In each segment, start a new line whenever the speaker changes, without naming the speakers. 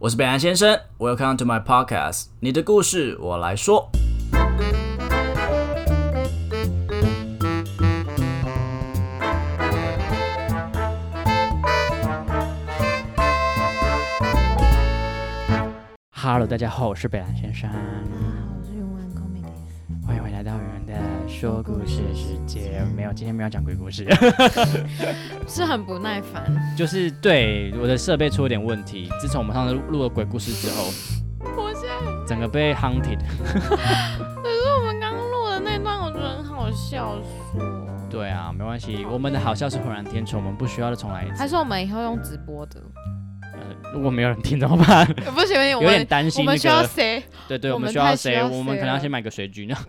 我是北岸先生，Welcome to my podcast，你的故事我来说。
Hello，大家好，我是北兰先生，
啊，我是云文 comedy。
欢迎回来到我们的说故事时间。没有，今天没有讲鬼故 事，
是很不耐烦。
就是对我的设备出了点问题。自从我们上次录了鬼故事之后，
我现在
整个被 hunted。
可是我们刚录的那段，我觉得很好笑，说
对啊，没关系，我们的好笑是浑然天成，我们不需要再重来一次。
还是我们以后用直播的？
呃，如果没有人听怎么 办？
呃不行不行，我
有点
们
担
我
心那
们需要
个。
谁？
对对，
我
我们
们
需要
太需
谁？
要
我们可
谁
能要
了
先买个水军呢。啊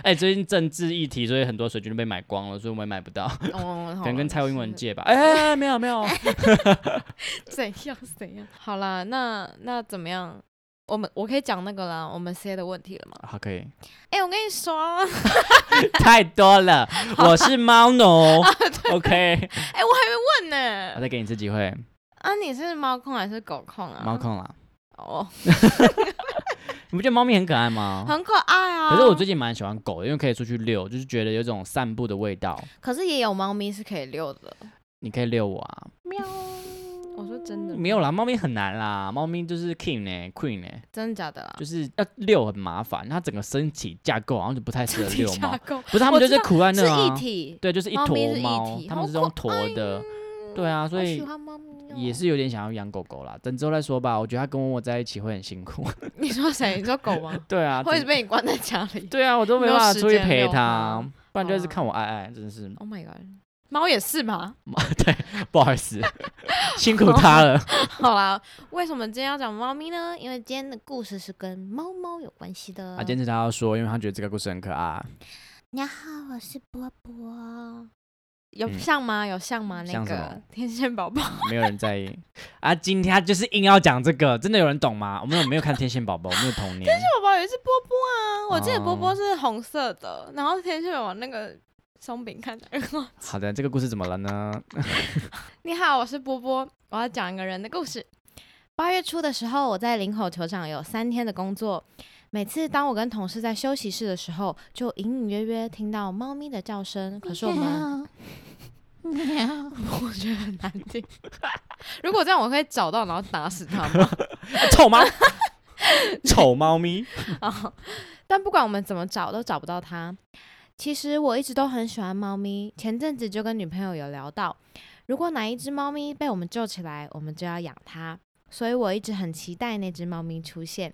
哎，最近政治议题，所以很多水军都被买光了，所以我们也买不到，
哦，
可能跟蔡英文
见
借吧。哎，哎没有没 有，
怎样怎样？好啦，那那怎么样？我们我可以讲那个啦，我们 C 的问题了吗？
好可以。
哎、我跟你说，
太多了，我是猫奴。OK，
啊哎、我还没问
我
呢。
再给你一次机会，
啊，你是猫控还是狗控啊？
猫控啦。
哦，
你不觉得猫咪很可爱吗？
很可爱啊。
可是我最近蛮喜欢狗的，因为可以出去遛，就是觉得有一种散步的味道。
可是也有猫咪是可以遛的。
你可以遛我啊？
喵，我说真的，
没有啦，猫咪很难啦，猫咪就是 king 呢、queen 呢、
真的假的啦？
就是要遛很麻烦，它整个身体架构好像就不太适合 遛猫
架。构
不是，它们就是
我知道
苦在
是
那
一
啊。
体，
对，就是一
猫咪是
坨
一
猫，
体
它们
好
是用
可
坨
爱
的
哦。
对啊，所
好喜
以
欢猫咪哦
也是有点想要养狗狗啦，等之后再说吧。我觉得它跟我在一起会很辛苦。？
你说谁？你说狗吗
对啊，
会
只
被你关在家里
对啊，我都没
没有
办法
时
出去
间
陪
遛
他
它，
不然就是
哦
看我爱爱，真是
？Oh my god，猫也是吗？
不好意思， 辛
哦
苦他了。
嗯好啦，为什么今天要讲猫咪呢？因为今天的故事是跟猫猫有关系的
啊，。坚持他要说，因为他觉得这个故事很可爱，
你好，我是波波。有
嗯
像吗？有像吗？那
像什
个
么
天线宝宝，
没有人在意啊。今天他就是硬要讲这个，真的有人懂吗？我们有没有看《天线宝宝》？我们有童年。
宝宝也是波波啊。我记得波
哦
波是红色的，然后天线宝宝那个松饼看起来很好
好的，这个故事怎么了呢？
你好，我是波波，我要讲一个人的故事。八月初的时候，我在林口球场有三天的工作。每次当我跟同事在休息室的时候，就隐隐约约听到猫咪的叫声，可是我们
喵，
我觉得很难听。 如果这样，我会找到然后打死它吗？
丑猫，丑猫咪。
啊！但不管我们怎么找，都找不到它。其实我一直都很喜欢猫咪，前阵子就跟女朋友有聊到，如果哪一只猫咪被我们救起来，我们就要养它。所以我一直很期待那只猫咪出现。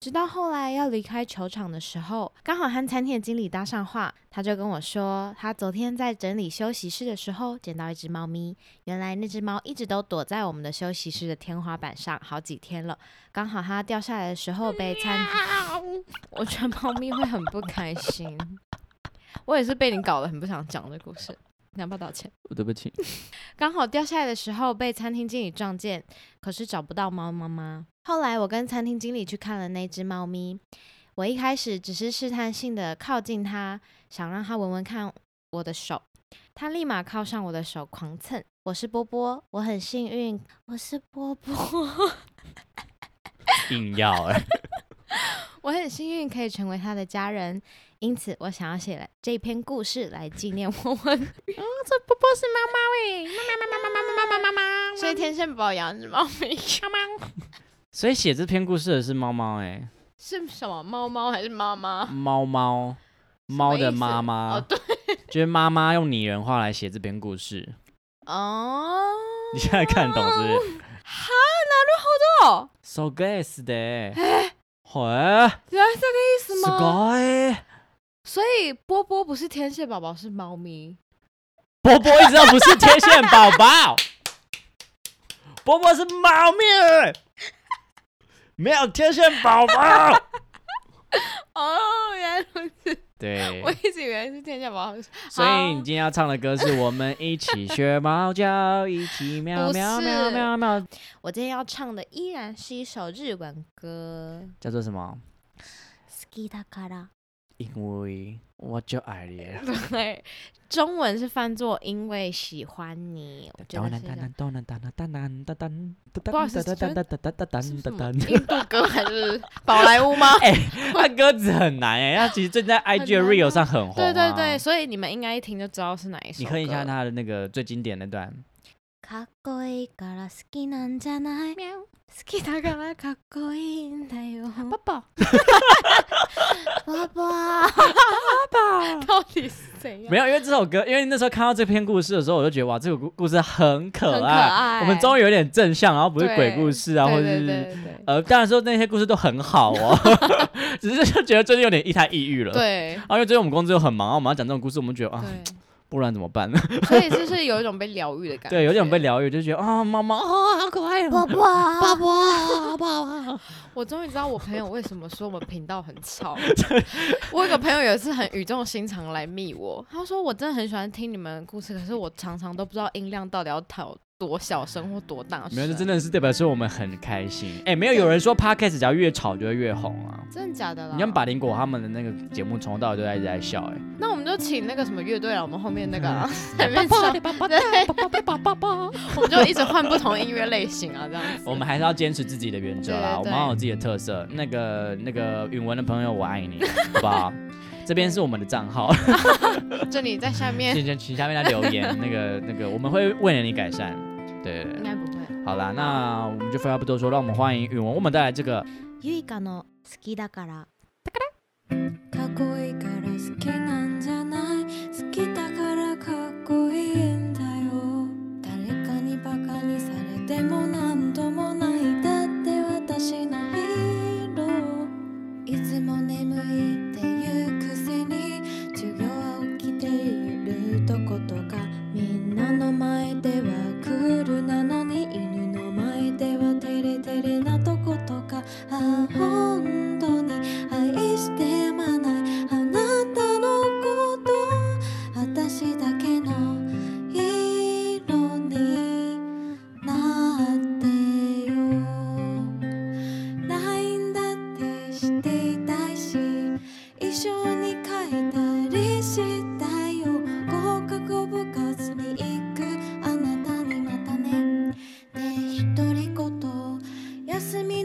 直到后来要离开球场的时候，刚好和餐厅的经理搭上话，他就跟我说，他昨天在整理休息室的时候捡到一只猫咪，原来那只猫一直都躲在我们的休息室的天花板上好几天了，刚好它掉下来的时候被餐我觉得猫咪会很不开心。我也是被你搞得很不想讲的故事，你要不要道歉？
哦对不起，
刚好掉下来的时候被餐厅经理撞见，可是找不到猫妈妈。后来我跟餐厅经理去看了那只猫咪，我一开始只是试探性的靠近它，想让它闻闻看我的手，它立马靠上我的手狂蹭。我是波波，我很幸运，我是波波，
硬要哎、
我很幸运可以成为它的家人，因此我想要写了这篇故事来纪念我们
哦这波波是猫猫诶，妈妈妈妈妈妈妈妈妈妈，
所以天线宝宝养只猫咪
所以写这篇故事的是猫猫哎，
是什么？猫猫还是妈妈？
猫猫，猫的
意思
妈妈。
哦对
就是妈妈用拟人化来写这篇故事，
哦，
你现在看懂是不是
哈，哪路好多？
？So guess 的，嘿，
原来是这个意
す
思吗？
ごい。
所以波波不是天线宝宝，是猫咪。
波波一直都不是天线宝宝，波波是猫咪，没有天线宝宝。
哦，原来如此，
对
我，一直以为是天线宝宝。
所以你今天要唱的歌是我们一起学猫叫，一起喵
不
喵
是
喵喵喵，
我今天要唱的依然是一首日文歌。
叫做什么？
好きだから。
因为我就爱你了。
对，中文是翻作因为喜欢你，我觉
当
得
然
是一
当
个
然当然当然当然当然
不好意思
当然当然当然当然
是什
当
么
然
印度歌还 是宝莱坞吗？
哎，他歌词很难哎，他其实最近在 IG 的
难
Real
啊
上很红。
对对对，，所以你们应该一听就知道是哪一首。
你看一下。他的那个最经典那段。
かっこいいから好きなんじゃない好 きだからかっこいいんだよ
爸爸，
爸爸
到底是啊怎样？
没有，因为这首歌，因为那时候看到这篇故事的时候，我就觉得哇，这个故故事很可爱。
很可爱
我们终于有点正向，然后不是鬼
对
故事啊，
对
或者
对
是
对对
呃，当然说那些故事都很好 哦，只是就觉得最近有点一太抑郁了。。
对
然后因为最近我们工作又很忙，然后我们要讲这种故事，我们觉得啊，不然怎么 办呢？
对，所以就是有一种被疗愈的感觉。
对，有 点被。疗愈，就觉得啊，猫猫啊，好可爱哦，
爸爸
啊
爸爸爸
我终于知道我朋友为什么说我们频道很吵。 我有个朋友有一次很语重心长来密我，他说我真的很喜欢听你们的故事，可是我常常都不知道音量到底要调多小声或多大声。
没有，这真的是代表说我们很开心。哎，没有，有人说 podcast 只要越吵就会越红啊。
真的假的啦？
你看百灵果他们的那个节目从头到尾都在一直在笑，哎，
那我们就请那个什么乐队了，我们后面那个啊
嗯
在那边
爸
唱
爸，爸爸
对
爸爸爸爸爸
我们就一直换不同音乐类型啊，这样子。
我们还是要坚持自己的原则啦，
对对
我们要有自己的特色。那个那个允文的朋友，我爱 你，好不好？这边是我们的账 号，
就你在下面
请请下面来留言。 那个那个，我们会为你改善。对对对，
应该不会。
好啦，那我们就废话不多说，让我们欢迎允文，我们带来这个
ゆいかの好きだからかっこいいから好きなんじゃない好きだからかっこいいんだよ誰かにバカにされてもなんともないだって私のヒーローいつも眠いっていうくせに授業は起きているとことかみんなの前ではクールなのに犬の前ではテレテレなとことかあ本当に愛してやまないあなたのこと私だけの色になってよ LINE だってしていたいし一緒に書いたりしたいよ合格部活に行くあなたにまたねで独り言休み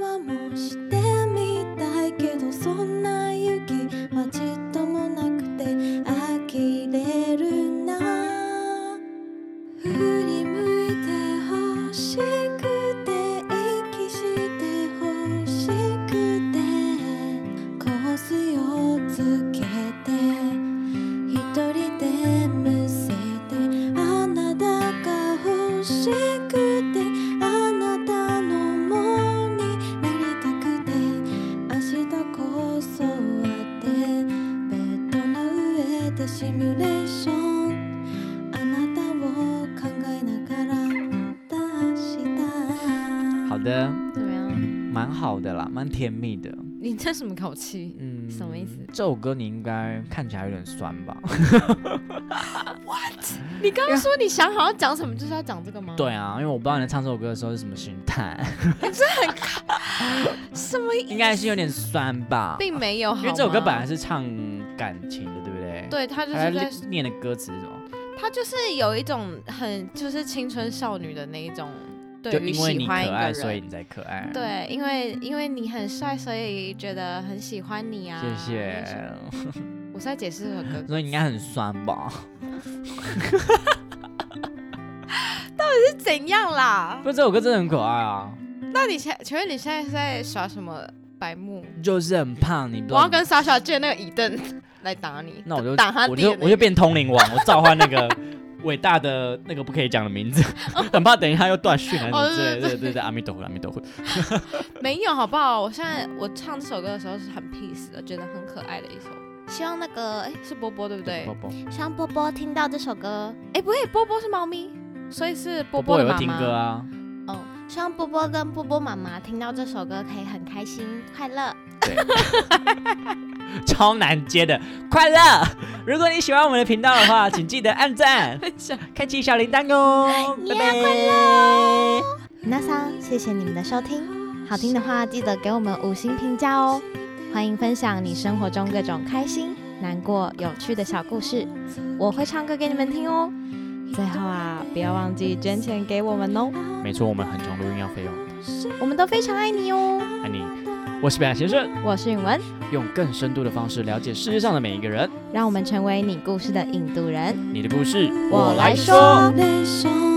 話もしてみたいけどそんな勇気はちっともなくて呆れるな振り向いて欲しくて息して欲しくて香水をつけて一人でむせてあなたが欲しくてあなたのものになりたくて明日こそ会ってベッドの上でシミュレーションあなたを考えながら出した
好的，
怎么样？
蛮好的啦，蛮甜蜜的。
你这什么口气？
嗯，
什么意思
这首歌你应该看起来有点酸吧？
你刚刚说你想好要讲什么，就是要讲这个吗？
对，啊，因为我不知道你在唱这首歌的时候是什么心态，
什么意
应该是有点酸吧？
并没有，
因为这首歌本来
是
是唱感情的，对不对？。
对他就是
他
在
在念的歌词是什么？
他就是有一种很就是青春少女的那一种对
就
于
因为你
喜
可
欢一
爱，
个
所以
人。
你才可爱。，
对，啊因为因为你很帅，所以觉得很喜欢你啊。
谢
那些
谢。
我是在解释这首歌
所以你应该很酸 吧？
是怎样啦
不，？过这首歌真的很可爱啊，
那你现请问你现在是在耍什么白目？
就是很胖，你不知
我要
道你。
跟莎莎借那个椅凳 来打你，
啊那我就
打他
我
脸欸
就
那个
我就变通灵王，我召唤那个 伟大的那个不可以讲的 名字，很怕等一下又断讯还是什么之类的。
哦哦对对
对对对，阿弥陀佛，阿弥陀佛。
没有好不好？我现在我唱这首歌的时候是很 peace 的，觉得很可爱的一首。希望那个哎是波波对不对
波？波
香波波听到这首歌
哎不会，波波是猫咪，所以是波
波波
的
也
妈
会听歌
妈。
啊，
哦，希望波波跟波波妈妈听到这首歌可以很开心 快乐。
超难接的。快乐！如果你喜欢我们的频道的话，请记得按赞、开启哦
哎
小铃铛哟。拜拜。
皆さん，谢谢你们的收听，
好听的话记得给我们五星评价哦。欢迎分享你生活中各种开心、难过、有趣的小故事，我会唱歌给你们听哦。最后啊，不要忘记捐钱给我们哦，
没错，我们很穷，录音要费用。
我们都非常爱你哦。
爱你，我是北海先生，
我是允文，
用更深度的方式了解世界上的每一个人。
让我们成为你故事的引渡人。
你的故事，
我来说
レーション